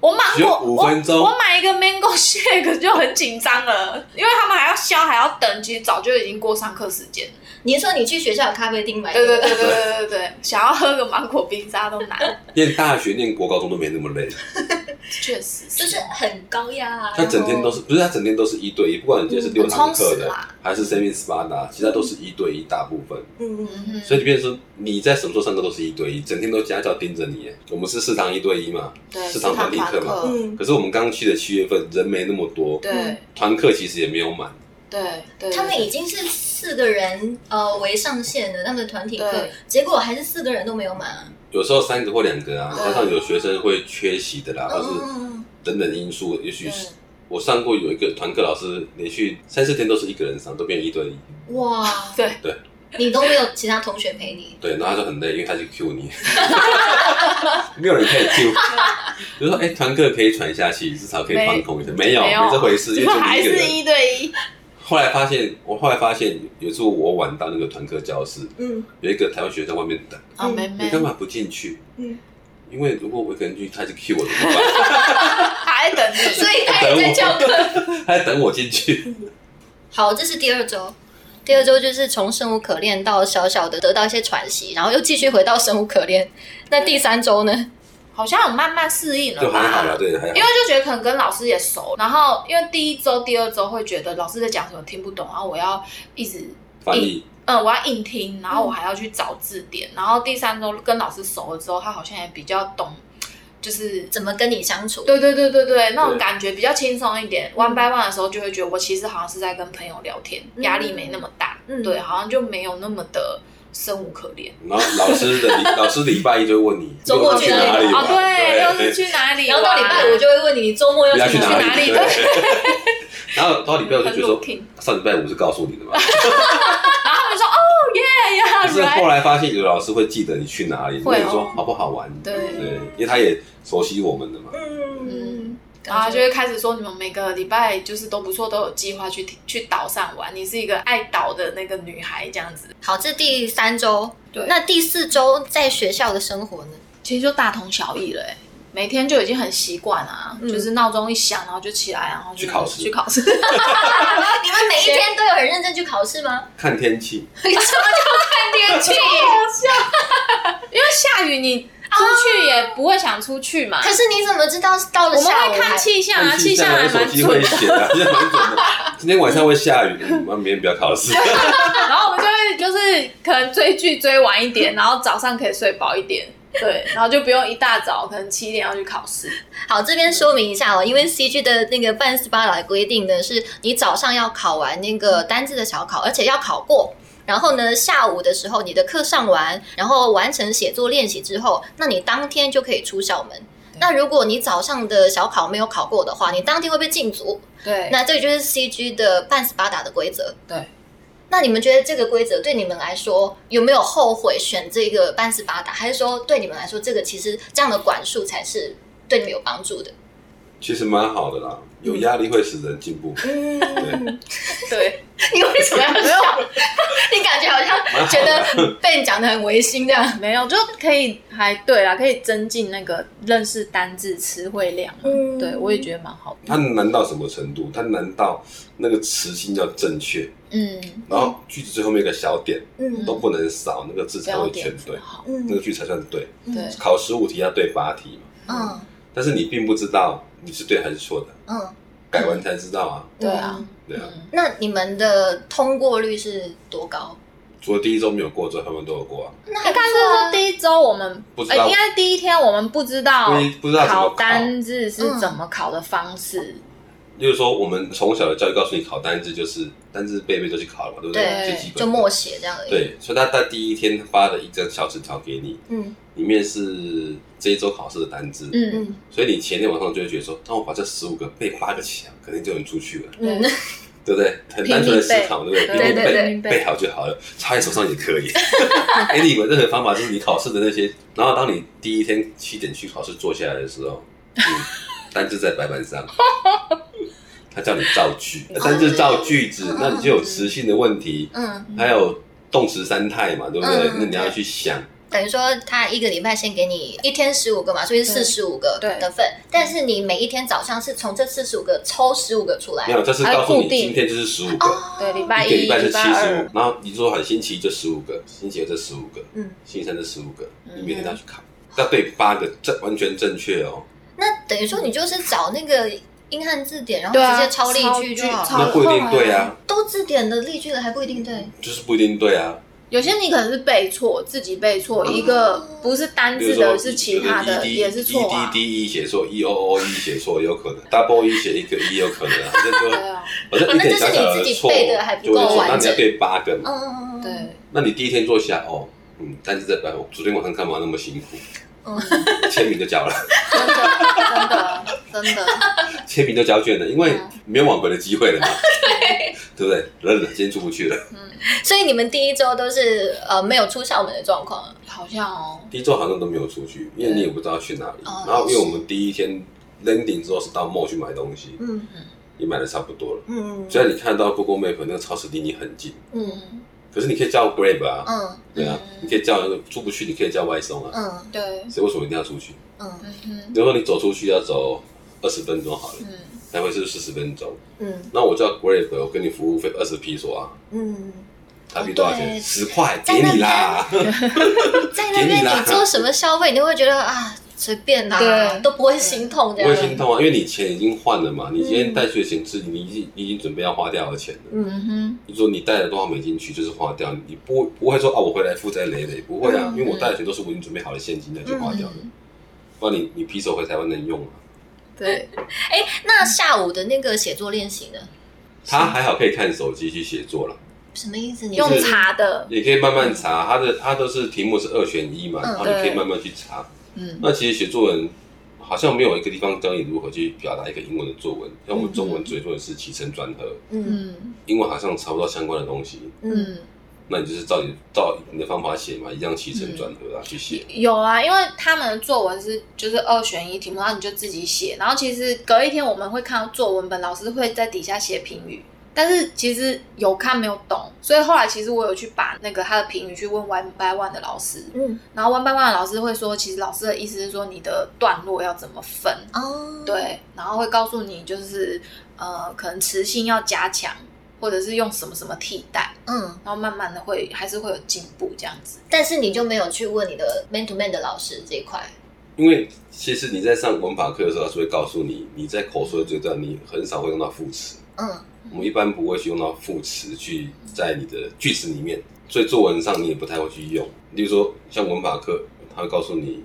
[SPEAKER 3] 我买
[SPEAKER 2] 只有
[SPEAKER 3] 过
[SPEAKER 2] 五分钟
[SPEAKER 3] 我，我买一个 mango shake 就很紧张了，因为他们还要削，还要等，其实早就已经过上课时间了。
[SPEAKER 4] 你说你去学校的咖啡厅买，
[SPEAKER 3] 对对对对对对对，想要喝个芒果冰沙都难，
[SPEAKER 2] 念大学、念国高中都没那么累。
[SPEAKER 3] 确实是
[SPEAKER 4] 就是很高压啊。
[SPEAKER 2] 他整天都是不是他整天都是一对一，不管你今天是六堂课
[SPEAKER 3] 嗯很充实
[SPEAKER 2] 的
[SPEAKER 3] 啦，
[SPEAKER 2] 还是 semi spada，其他都是一对一大部分。
[SPEAKER 4] 嗯嗯嗯，
[SPEAKER 2] 所以就变成说你在什么时候上课都是一对一，整天都家教盯着你耶。我们是四堂一对一嘛，
[SPEAKER 3] 对
[SPEAKER 2] 四堂团体课嘛。
[SPEAKER 3] 课，
[SPEAKER 2] 可是我们刚去的七月份人没那么多，
[SPEAKER 3] 对
[SPEAKER 2] 团课其实也没有满，
[SPEAKER 3] 对对，
[SPEAKER 4] 他们已经是四个人呃为上限的他们的团体课
[SPEAKER 3] 对，
[SPEAKER 4] 结果还是四个人都没有满啊。
[SPEAKER 2] 有时候三个或两个啊，
[SPEAKER 3] 对
[SPEAKER 2] 加上有学生会缺席的啦，或是
[SPEAKER 4] 嗯，
[SPEAKER 2] 等等因素，也许是
[SPEAKER 3] 嗯
[SPEAKER 2] 我上过有一个团课老师，连续三四天都是一个人上，都变成一对一。
[SPEAKER 4] 嗯 哇，
[SPEAKER 3] 对
[SPEAKER 2] 对，
[SPEAKER 4] 你都没有其他同学陪你，
[SPEAKER 2] 对，然后他就很累，因为他去 Q 你， 没有人可以 Q，就说哎，团课可以喘一下气，至少可以放空一下，没有，
[SPEAKER 3] 没
[SPEAKER 2] 没
[SPEAKER 3] 有
[SPEAKER 2] 这回事，因为就你
[SPEAKER 3] 还
[SPEAKER 2] 一个
[SPEAKER 3] 是
[SPEAKER 2] 人。
[SPEAKER 3] 一对一，
[SPEAKER 2] 后来发现，我后来发现有一次我晚到那个团课教室，
[SPEAKER 4] 嗯
[SPEAKER 2] 有一个台湾学生在外面等，
[SPEAKER 3] 啊妹
[SPEAKER 2] 你
[SPEAKER 3] 妹
[SPEAKER 2] 干嘛不进去？
[SPEAKER 5] 嗯
[SPEAKER 2] 因为如果我一个人去，他就 Q 我怎么办？
[SPEAKER 3] 还等你，
[SPEAKER 4] 所以他哎也在教
[SPEAKER 2] 等
[SPEAKER 4] 课。
[SPEAKER 2] 我， 他在等我进去。
[SPEAKER 4] 好，这是第二周。第二周就是从生无可恋到小小的得到一些喘息，然后又继续回到生无可恋。那第三周呢？
[SPEAKER 3] 好像有慢慢适应
[SPEAKER 2] 就
[SPEAKER 3] 了
[SPEAKER 2] 还好
[SPEAKER 3] 吧
[SPEAKER 2] 啦，。对，还
[SPEAKER 3] 啊因为
[SPEAKER 2] 好。
[SPEAKER 3] 就觉得可能跟老师也熟，然后因为第一周、第二周会觉得老师在讲什么听不懂，然后我要一直
[SPEAKER 2] 翻译
[SPEAKER 3] 嗯，我要硬听，然后我还要去找字典，然后第三周跟老师熟了之后，他好像也比较懂，就是
[SPEAKER 4] 怎么跟你相处？
[SPEAKER 3] 对对对对对，那种
[SPEAKER 2] 对
[SPEAKER 3] 感觉比较轻松一点。one by one 的时候，就会觉得我其实好像是在跟朋友聊天，压力没那么大，
[SPEAKER 4] 嗯
[SPEAKER 3] 对，好像就没有那么的生无可恋。
[SPEAKER 2] 然后老师的礼老师礼拜一就会问你
[SPEAKER 4] 周末
[SPEAKER 2] 六日去哪里
[SPEAKER 4] 去
[SPEAKER 2] 玩？
[SPEAKER 3] 啊，对，六
[SPEAKER 2] 对
[SPEAKER 3] 日去哪里
[SPEAKER 4] 然
[SPEAKER 3] 玩？
[SPEAKER 4] 后到礼拜五就会问你，你周末要
[SPEAKER 2] 不要
[SPEAKER 4] 去
[SPEAKER 2] 去
[SPEAKER 4] 哪
[SPEAKER 2] 哪
[SPEAKER 4] 里？
[SPEAKER 2] 里？
[SPEAKER 3] 里
[SPEAKER 2] 然后到礼拜我就觉得
[SPEAKER 3] 很
[SPEAKER 2] 说
[SPEAKER 3] routine，
[SPEAKER 2] 上礼拜五是告诉你的 嘛，
[SPEAKER 3] 然后他们说哦耶呀
[SPEAKER 2] 可是
[SPEAKER 3] ，right，
[SPEAKER 2] 后来发现有的老师会记得你去哪里，
[SPEAKER 3] 会哦
[SPEAKER 2] 问你说好不好玩，
[SPEAKER 3] 对
[SPEAKER 2] 对，因为他也熟悉我们的嘛，
[SPEAKER 4] 嗯，
[SPEAKER 3] 嗯，然后
[SPEAKER 4] 感
[SPEAKER 3] 就
[SPEAKER 4] 觉
[SPEAKER 3] 会开始说你们每个礼拜就是都不错，都有计划去去岛上玩。你是一个爱岛的那个女孩，这样子，
[SPEAKER 4] 好。这第三周，
[SPEAKER 3] 对
[SPEAKER 4] 那第四周在学校的生活呢？
[SPEAKER 3] 其实就大同小异了、欸。每天就已经很习惯啊，就是闹钟一响，然后就起来，然后就
[SPEAKER 2] 去考试
[SPEAKER 3] 去考试。
[SPEAKER 4] 你们每一天都有很认真去考试吗？
[SPEAKER 2] 看天气，
[SPEAKER 4] 什么叫看天气？
[SPEAKER 3] 因为下雨，你出去也不会想出去嘛。
[SPEAKER 4] 可是你怎么知道到了
[SPEAKER 3] 我们
[SPEAKER 4] 下午
[SPEAKER 3] 会
[SPEAKER 4] 还？
[SPEAKER 3] 看气象啊，
[SPEAKER 2] 看
[SPEAKER 3] 气
[SPEAKER 2] 气
[SPEAKER 3] 象
[SPEAKER 2] 象
[SPEAKER 3] 还
[SPEAKER 2] 我手
[SPEAKER 3] 蛮
[SPEAKER 2] 机
[SPEAKER 3] 准
[SPEAKER 2] 会
[SPEAKER 3] 的。
[SPEAKER 2] 写啊，现在蛮准的。 今天晚上会下雨，嗯，那明天不要考试。
[SPEAKER 3] 然后我们就会就是可能追剧追晚一点，然后早上可以睡饱一点，对，然后就不用一大早可能七点要去考试。
[SPEAKER 4] 好，这边说明一下哦，因为 CG 的那个半斯巴达规定呢，是你早上要考完那个单字的小考，而且要考过。然后呢，下午的时候你的课上完，然后完成写作练习之后，那你当天就可以出校门。那如果你早上的小考没有考过的话，你当天会被禁足。
[SPEAKER 3] 对
[SPEAKER 4] 那这个就是 CG 的半斯巴达的规则。
[SPEAKER 3] 对。
[SPEAKER 4] 那你们觉得这个规则对你们来说有没有后悔选这个半斯巴达，还是说对你们来说这个其实这样的管束才是对你们有帮助的？
[SPEAKER 2] 其实蛮好的啦，有压力会使人进步。
[SPEAKER 3] 嗯
[SPEAKER 2] 对，
[SPEAKER 3] 对，
[SPEAKER 4] 你为什么要笑？你感觉好像 觉得被你讲的很违心这样。
[SPEAKER 3] 没有就可以还对啦，可以增进那个认识单字词汇量啊。
[SPEAKER 4] 嗯
[SPEAKER 3] 对我也觉得蛮好的。
[SPEAKER 2] 它难到什么程度？它难到那个词性要正确，
[SPEAKER 3] 嗯，
[SPEAKER 2] 然后句子最后面一个小点
[SPEAKER 4] 嗯
[SPEAKER 2] 都不能少，那个字才
[SPEAKER 3] 标
[SPEAKER 2] 会
[SPEAKER 3] 点
[SPEAKER 2] 全
[SPEAKER 3] 符
[SPEAKER 2] 对，
[SPEAKER 3] 号。
[SPEAKER 2] 那个句才算对。
[SPEAKER 3] 对，
[SPEAKER 2] 考十五题要对八题嘛，
[SPEAKER 4] 嗯
[SPEAKER 2] 但是你并不知道你是对还是错的，
[SPEAKER 4] 嗯，
[SPEAKER 2] 改完才知道啊。
[SPEAKER 3] 对啊，
[SPEAKER 2] 对啊，
[SPEAKER 3] 嗯，
[SPEAKER 4] 那你们的通过率是多高？
[SPEAKER 2] 除了第一周没有过之外，他们都有过啊。
[SPEAKER 4] 那还
[SPEAKER 3] 应
[SPEAKER 4] 不
[SPEAKER 3] 该是
[SPEAKER 4] 错啊
[SPEAKER 3] 说第一周我们
[SPEAKER 2] 不知
[SPEAKER 3] 哎
[SPEAKER 2] 道，
[SPEAKER 3] 应该第一天我们不知道
[SPEAKER 2] 不一不知道怎么考
[SPEAKER 3] 考单字
[SPEAKER 4] 嗯
[SPEAKER 3] 是怎么考的方式。
[SPEAKER 2] 就是说，我们从小的教育告诉你考单字，就是单字背背就去考了嘛，对不
[SPEAKER 4] 对
[SPEAKER 2] 对？最基本
[SPEAKER 4] 就默。写这样而已。，
[SPEAKER 2] 对，所以他在第一天发了一张小纸条给你，
[SPEAKER 4] 嗯
[SPEAKER 2] 里面是这一周考试的单字，
[SPEAKER 3] 嗯，
[SPEAKER 4] 嗯
[SPEAKER 2] 所以你前天晚上就会觉得说，那我把这十五个背八个起来，肯定就能出去了，
[SPEAKER 4] 嗯，
[SPEAKER 2] 对不对？很单纯的思考，对不对？
[SPEAKER 3] 对
[SPEAKER 2] 拼命背
[SPEAKER 3] 对对对
[SPEAKER 2] 背好就好了，插在手上也可以。 哎，你以为任何方法就是你考试的那些，然后当你第一天七点去考试坐下来的时候，嗯，单字在白板上。 他叫你造句，单字造句子，那你就有词性的问题，
[SPEAKER 4] 嗯，
[SPEAKER 2] 还有动词三态嘛，对不对？
[SPEAKER 4] 嗯
[SPEAKER 2] 那你要去想，
[SPEAKER 4] 等于说他一个礼拜先给你一天十五个嘛，所以是四十五个
[SPEAKER 3] 对
[SPEAKER 4] 的份。但是你每一天早上是从这四十五个抽十五个出来
[SPEAKER 2] 没。有，这是告
[SPEAKER 3] 还
[SPEAKER 2] 诉
[SPEAKER 3] 固
[SPEAKER 2] 你
[SPEAKER 3] 定
[SPEAKER 2] 今天就是十五个，
[SPEAKER 4] 哦
[SPEAKER 3] 对，礼拜
[SPEAKER 2] 一个礼拜是
[SPEAKER 3] 礼
[SPEAKER 2] 七
[SPEAKER 3] 拜
[SPEAKER 2] 十五
[SPEAKER 3] 二，，
[SPEAKER 2] 然后你说很星期一就十五个，星期二这十五个，
[SPEAKER 4] 嗯
[SPEAKER 2] 星期三这十五个，你每天都要去考，要对八个正完全正确哦。
[SPEAKER 4] 那等于说你就是找那个英汉字典，然
[SPEAKER 3] 对啊
[SPEAKER 4] 后直接抄例句就
[SPEAKER 3] 抄
[SPEAKER 4] 好
[SPEAKER 3] 抄
[SPEAKER 4] 了。
[SPEAKER 2] 那不一定对啊，
[SPEAKER 4] 都字典的例句了还不一定对。
[SPEAKER 2] 就是不一定对啊。
[SPEAKER 3] 有些你可能是背错，自己背错、一个不是单
[SPEAKER 2] 比如嗯
[SPEAKER 3] 字
[SPEAKER 2] 说
[SPEAKER 3] 的，是其他的
[SPEAKER 2] 就是 ED
[SPEAKER 3] 也是错啊
[SPEAKER 2] E D。D E 写错，E O O E 写错有可能，Double E 写一个 E 有可能啊，反正就
[SPEAKER 3] 对啊，
[SPEAKER 2] 反正一点小小
[SPEAKER 4] 那这是你自己
[SPEAKER 2] 错
[SPEAKER 4] 背的还不
[SPEAKER 2] 就
[SPEAKER 4] 够
[SPEAKER 2] 会错，
[SPEAKER 4] 完
[SPEAKER 2] 那你
[SPEAKER 4] 整
[SPEAKER 2] 要对八个嘛。
[SPEAKER 4] 嗯，
[SPEAKER 3] 对，
[SPEAKER 2] 那你第一天坐下哦，嗯，但是在白我昨天晚上干嘛那么辛苦？
[SPEAKER 4] 嗯
[SPEAKER 2] 签名就交了，
[SPEAKER 3] 真的真的真的，
[SPEAKER 2] 签名就交卷了，因为
[SPEAKER 4] 嗯
[SPEAKER 2] 没有挽回的机会了 嘛，对不对？忍了，今天出不去了。
[SPEAKER 4] 嗯所以你们第一周都是呃没有出校门的状况啊。
[SPEAKER 3] 好像哦，
[SPEAKER 2] 第一周好像都没有出去，因为你也不知道去哪里。
[SPEAKER 4] 哦
[SPEAKER 2] 然后因为我们第一天 landing 之后是到 mall 去买东西，
[SPEAKER 4] 嗯
[SPEAKER 2] 也买的差不多了。
[SPEAKER 4] 嗯
[SPEAKER 2] 虽然你看到 Google Map 那个超市离你很近，
[SPEAKER 4] 嗯
[SPEAKER 2] 可是你可以叫 Grab 啊，
[SPEAKER 4] 嗯
[SPEAKER 2] 对啊，你可以叫那个出不去，你可以叫外送啊。
[SPEAKER 4] 嗯
[SPEAKER 3] 对，
[SPEAKER 2] 所以为什么一定要出去？
[SPEAKER 4] 嗯
[SPEAKER 3] 嗯
[SPEAKER 2] 比如说你走出去要走二十分钟好了，
[SPEAKER 3] 嗯，
[SPEAKER 2] 来回是四十分钟。
[SPEAKER 4] 嗯
[SPEAKER 2] 那我叫 Grab，我跟你服务费二十 p 说啊，
[SPEAKER 4] 嗯，
[SPEAKER 2] 台币多少
[SPEAKER 4] 哦对
[SPEAKER 2] 钱？十块，
[SPEAKER 4] 在
[SPEAKER 2] 给你
[SPEAKER 4] 那
[SPEAKER 2] 啦。
[SPEAKER 4] 在那边
[SPEAKER 2] 给你啦
[SPEAKER 4] 你做什么消费，你会觉得啊随便啦、
[SPEAKER 3] 对
[SPEAKER 4] 都不会心痛这
[SPEAKER 2] 不会心
[SPEAKER 4] 样。
[SPEAKER 2] 痛啊，因为你钱已经换了嘛，
[SPEAKER 4] 嗯
[SPEAKER 2] 你今天带去的钱是你已经你已经准备要花掉的钱了。
[SPEAKER 3] 嗯
[SPEAKER 2] 你说你带了多少美金去，就是花掉，你不不会说啊，我回来负债累累，不会啊，
[SPEAKER 4] 嗯
[SPEAKER 2] 因为我带的钱都是我已经准备好的现金，那就花掉了。不然你你皮手回台湾能用吗？啊
[SPEAKER 3] 哼，对，
[SPEAKER 4] 哎、那下午的那个写作练习呢？
[SPEAKER 2] 他还好可以看手机去写作了，
[SPEAKER 4] 什么意思？你
[SPEAKER 3] 用查的，
[SPEAKER 2] 也可以慢慢查，他的他都是题目是二选一嘛，
[SPEAKER 4] 嗯
[SPEAKER 2] 然后你可以
[SPEAKER 3] 对
[SPEAKER 2] 慢慢去查。
[SPEAKER 3] 嗯
[SPEAKER 2] 那其实写作文好像没有一个地方教你如何去表达一个英文的作文，像我们中文最做的是起承转合，
[SPEAKER 4] 嗯
[SPEAKER 3] 嗯
[SPEAKER 2] 英文好像查不到相关的东西。
[SPEAKER 4] 嗯
[SPEAKER 3] 嗯，
[SPEAKER 2] 那你就是照你照你的方法写嘛，一样起承转合啊、去写。
[SPEAKER 3] 有啊，因为他们的作文是就是二选一题目，然后你就自己写。然后其实隔一天我们会看到作文本，老师会在底下写评语，但是其实有看没有懂，所以后来其实我有去把那个他的评语去问 one by one 的老师，
[SPEAKER 4] 嗯，
[SPEAKER 3] 然后 one by one 的老师会说，其实老师的意思是说你的段落要怎么分，
[SPEAKER 4] 哦，
[SPEAKER 3] 对，然后会告诉你就是呃，可能词性要加强，或者是用什么什么替代，
[SPEAKER 4] 嗯，
[SPEAKER 3] 然后慢慢的会还是会有进步这样子。
[SPEAKER 4] 但是你就没有去问你的 man to man 的老师这一块，
[SPEAKER 2] 因为其实你在上文法课的时候，老师会告诉你，你在口说的这段，你很少会用到副词。
[SPEAKER 4] 嗯，
[SPEAKER 2] 我们一般不会去用到副词去在你的句子里面，所以作文上你也不太会去用。例如说，像文法课，他会告诉你，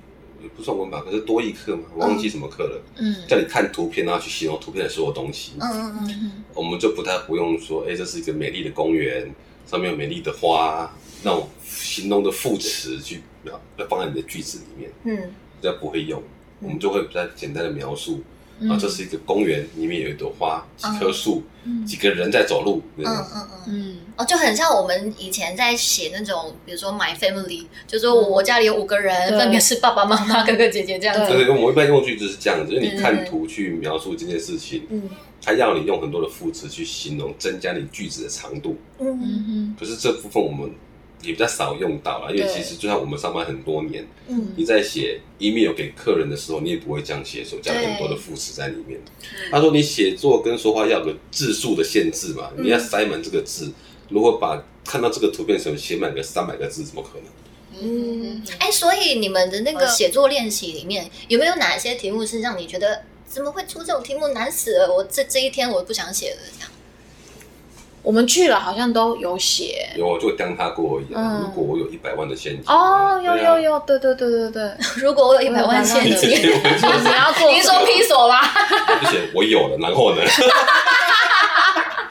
[SPEAKER 2] 不算文法课是多义课嘛，我忘记什么课了，
[SPEAKER 3] 嗯
[SPEAKER 2] 叫你看图片，然后去形容图片的所有东西。
[SPEAKER 4] 嗯嗯嗯，
[SPEAKER 3] 嗯
[SPEAKER 2] 我们就不太不用说，哎、这是一个美丽的公园，上面有美丽的花，那种形容的副词去描放在你的句子里面，
[SPEAKER 4] 嗯，
[SPEAKER 2] 比较不会用，我们就会比较简单的描述。
[SPEAKER 3] 嗯
[SPEAKER 2] 啊，这是一个公园，里面有一朵花，几棵树，
[SPEAKER 3] 嗯
[SPEAKER 2] 几个人在走路，这
[SPEAKER 4] 嗯
[SPEAKER 2] 样
[SPEAKER 4] 嗯嗯。
[SPEAKER 3] 嗯。
[SPEAKER 4] 哦，就很像我们以前在写那种，比如说 my family，就说我我家里有五个人，
[SPEAKER 3] 对
[SPEAKER 4] 分别是爸爸妈妈、哥哥姐姐这样
[SPEAKER 2] 对
[SPEAKER 4] 子。
[SPEAKER 2] 对，我们一般用句就是这样子，因为
[SPEAKER 4] 对
[SPEAKER 2] 你
[SPEAKER 4] 对
[SPEAKER 2] 看
[SPEAKER 4] 对
[SPEAKER 2] 图去描述这件事情，
[SPEAKER 4] 嗯
[SPEAKER 2] 它要你用很多的副词去形容，增加你句子的长度。
[SPEAKER 4] 嗯
[SPEAKER 3] 嗯
[SPEAKER 2] 可是这部分我们也比较少用到了，因为
[SPEAKER 3] 对
[SPEAKER 2] 其实就像我们上班很多年，
[SPEAKER 4] 嗯
[SPEAKER 2] 你在写 email 给客人的时候，你也不会这样写手，加
[SPEAKER 4] 对
[SPEAKER 2] 很多的副词在里面。
[SPEAKER 3] 嗯
[SPEAKER 2] 他说你写作跟说话要有个字数的限制嘛，
[SPEAKER 3] 嗯
[SPEAKER 2] 你要塞满这个字。如果把看到这个图片的时候写满个三百个字，怎么可能？
[SPEAKER 4] 嗯。哎，所以你们的那
[SPEAKER 3] 呃
[SPEAKER 4] 个写作练习里面，有没有哪一些题目是让你觉得怎么会出这种题目，难死了？我这这一天我不想写了，这样。
[SPEAKER 3] 我们去了好像都有写
[SPEAKER 2] 有我啊就当他过而已啊。
[SPEAKER 3] 嗯
[SPEAKER 2] 如果我有一百万的现金
[SPEAKER 3] 哦，有
[SPEAKER 2] 对啊
[SPEAKER 3] 有有，对对对对 对，
[SPEAKER 4] 如果
[SPEAKER 3] 嗯
[SPEAKER 4] 我有一 百万现
[SPEAKER 3] 我
[SPEAKER 4] 金，
[SPEAKER 3] 你要做，
[SPEAKER 4] 你是说批锁吧？
[SPEAKER 2] 我就写我有了，然后呢？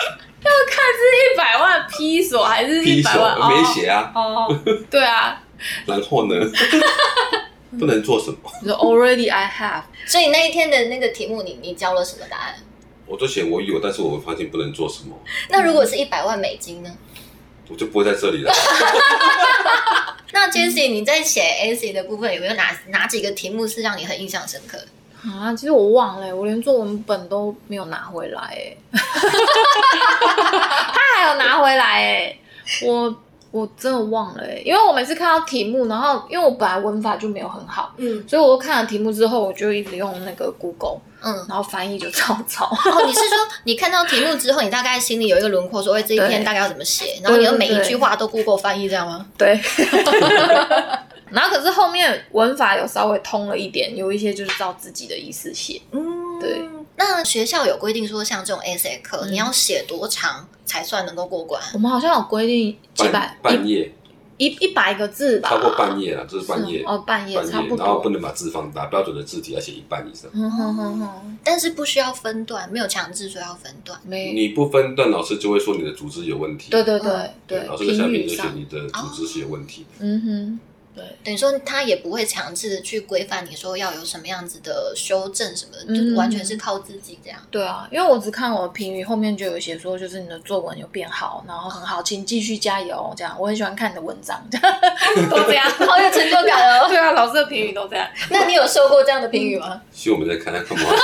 [SPEAKER 3] 一百万批锁还是
[SPEAKER 2] 第一
[SPEAKER 3] 一
[SPEAKER 2] 首
[SPEAKER 3] 百万？
[SPEAKER 2] 没写啊，
[SPEAKER 3] 哦，哦对啊，
[SPEAKER 2] 然后 呢？不能做什么，
[SPEAKER 3] 你说 already I have，
[SPEAKER 4] 所以那一天的那个题目你，你交了什么答案？
[SPEAKER 2] 我就写我有，但是我发现不能做什么，
[SPEAKER 4] 那
[SPEAKER 3] 嗯
[SPEAKER 4] 如果是一百万美金呢？
[SPEAKER 2] 我就不会在这 里了。
[SPEAKER 4] 那
[SPEAKER 3] 嗯
[SPEAKER 4] Jessie，你在写 AC 的部分有没有哪哪几个题目是让你很印象深刻的？
[SPEAKER 3] 啊，其实我忘了欸，我连作文本都没有拿回来 哎，他还有拿回来哎，我我真的忘了哎，因为我每次看到题目，然后因为我本来文法就没有很好，
[SPEAKER 4] 嗯
[SPEAKER 3] 所以我看了题目之后，我就一直用那个 Google，
[SPEAKER 4] 嗯，
[SPEAKER 3] 然后翻译就照抄。
[SPEAKER 4] 哦，你是说你看到题目之后，你大概心里有一个轮廓，说哎这一篇
[SPEAKER 3] 对
[SPEAKER 4] 大概要怎么写，然后你
[SPEAKER 3] 对
[SPEAKER 4] 要
[SPEAKER 3] 对
[SPEAKER 4] 每一
[SPEAKER 3] 对
[SPEAKER 4] 句话都 Google 翻译这样吗？
[SPEAKER 3] 对，然后可是后面文法有稍微通了一点，有一些就是照自己的意思写。
[SPEAKER 4] 嗯，
[SPEAKER 3] 对。
[SPEAKER 4] 那学校有规定说，像这种 essay 课，
[SPEAKER 3] 嗯
[SPEAKER 4] 你要写多长才算能够过关？
[SPEAKER 3] 我们好像有规定几百
[SPEAKER 2] 半半夜，
[SPEAKER 3] 一一百个字吧，
[SPEAKER 2] 超过半夜了，就是半夜
[SPEAKER 3] 是，哦，半夜
[SPEAKER 2] 半
[SPEAKER 3] 差
[SPEAKER 2] 夜，
[SPEAKER 3] 不
[SPEAKER 2] 然后不
[SPEAKER 3] 多。
[SPEAKER 2] 能把字放大，标准的字体要写一半以上。
[SPEAKER 3] 嗯哼哼哼，
[SPEAKER 4] 但是不需要分段，没有强制说要分段。
[SPEAKER 3] 没，
[SPEAKER 2] 你不分段，老师就会说你的组织有问题。
[SPEAKER 3] 对对对
[SPEAKER 4] 嗯
[SPEAKER 3] 对
[SPEAKER 2] 老，师在下
[SPEAKER 3] 评
[SPEAKER 2] 面
[SPEAKER 3] 语
[SPEAKER 2] 就写
[SPEAKER 3] 上，
[SPEAKER 2] 你的组织是有问题。
[SPEAKER 3] 嗯哼，
[SPEAKER 4] 等于说他也不会强制地去规范你说要有什么样子的修正什么的，
[SPEAKER 3] 嗯
[SPEAKER 4] 就完全是靠自己这样。
[SPEAKER 3] 对啊，因为我只看我的评语后面就有写说，就是你的作文有变好，然后很好，请继续加油，这样。我很喜欢看你的文章，都这样，
[SPEAKER 4] 好有成就感哦！
[SPEAKER 3] 对啊，老师的评语都这样。
[SPEAKER 4] 那你有收过这样的评语吗？
[SPEAKER 2] 其实我们在看他干嘛，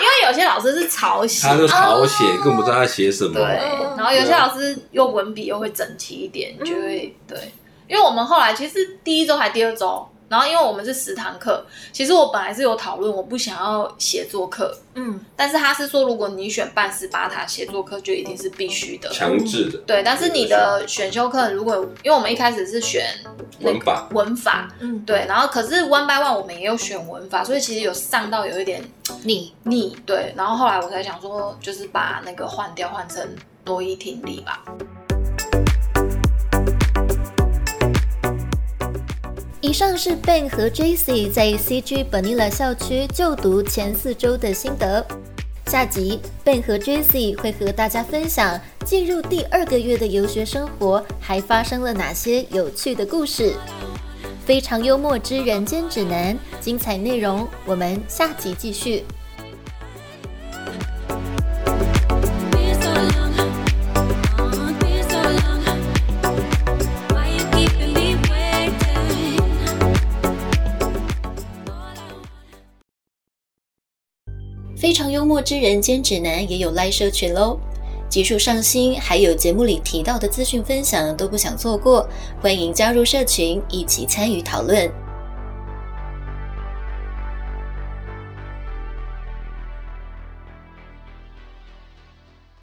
[SPEAKER 3] 因为有些老师是抄袭，
[SPEAKER 2] 他就抄写，更不知道他写什么。
[SPEAKER 3] 哦对，然后有些老师又文笔又会整齐一点，就会对。因为我们后来其实第一周还第二周，然后因为我们是十堂课，其实我本来是有讨论我不想要写作课，
[SPEAKER 4] 嗯，
[SPEAKER 3] 但是他是说如果你选半十八塔写作课就一定是必须的，
[SPEAKER 2] 强制的。
[SPEAKER 3] 对。但是你的选修课如果因为我们一开始是选那个
[SPEAKER 2] 文法
[SPEAKER 3] 文法，
[SPEAKER 4] 嗯
[SPEAKER 3] 对，然后可是 one by one 我们也有选文法，所以其实有上到有一点
[SPEAKER 4] 你
[SPEAKER 3] 腻，对，然后后来我才想说，就是把那个换掉，换成多一听力吧。
[SPEAKER 1] 以上是 Ben 和 J.C. 在 CG Benilla 校区就读前四周的心得。下集 Ben 和 J.C. 会和大家分享进入第二个月的游学生活，还发生了哪些有趣的故事。非常幽默之人间指南，精彩内容，我们下集继续。
[SPEAKER 9] Been so long, been so long.
[SPEAKER 1] 非常幽默之人兼指南也有 Live 社群喽。集数上新，还有节目里提到的资讯分享都不想错过，欢迎加入社群一起参与讨论。